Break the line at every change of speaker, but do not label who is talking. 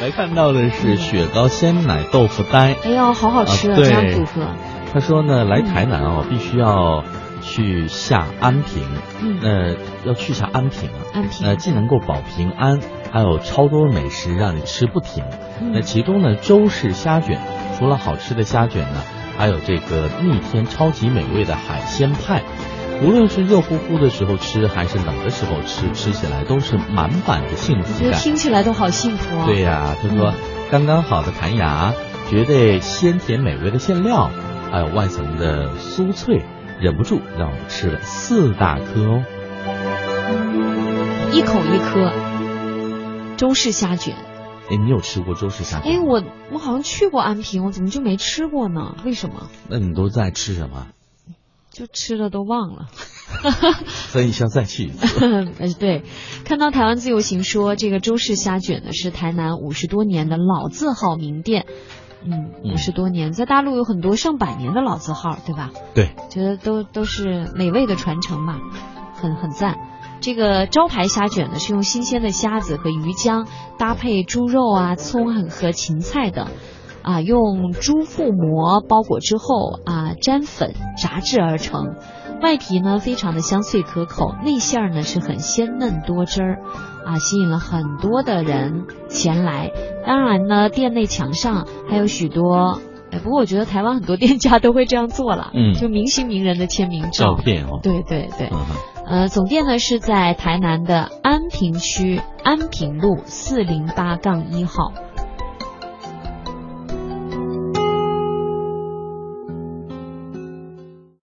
来看到的是雪糕鲜奶豆腐呆。
哎呦，好好吃啊！
啊
这
对
样组合，
他说呢，来台南哦，必须要去下安平，
嗯，
呃，要去下安平啊，
安平
呃，，既能够保平安，还有超多美食让你吃不停。那
嗯，
其中呢，周氏虾卷除了好吃的虾卷呢，还有这个逆天超级美味的海鲜派。无论是热乎乎的时候吃，还是冷的时候吃，吃起来都是满满的幸
我
福
觉得
感。
听起来都好幸福啊。
对呀、他说、
嗯
刚刚好的弹牙，绝对鲜甜美味的馅料，还有外层的酥脆，忍不住让我吃了四大颗哦。
一口一颗，周氏虾卷。
哎，你有吃过周氏虾
哎，
卷？
我我好像去过安平，我怎么就没吃过呢？为什么？
那你都在吃什么？
就吃了都忘 了。
所以需要再去一次。
呃，对，看到台湾自由行说这个周氏虾卷呢是台南五十多年的老字号名店，嗯，
嗯
五十多年，在大陆有很多上百年的老字号，对吧？
对，
觉得都都是美味的传承嘛，很很赞。这个招牌虾卷呢，是用新鲜的虾子和鱼浆搭配猪肉啊、葱和芹菜等，啊，用猪腹膜包裹之后啊，沾粉炸制而成。外皮呢非常的香脆可口，内馅儿呢是很鲜嫩多汁儿，啊，吸引了很多的人前来。当然呢，店内墙上还有许多，哎，不过我觉得台湾很多店家都会这样做了，
嗯
就明星名人的签名
照
照。
片哦。
对对对，
嗯哼
呃，总店呢是在台南的安平区安平路四零八杠一号。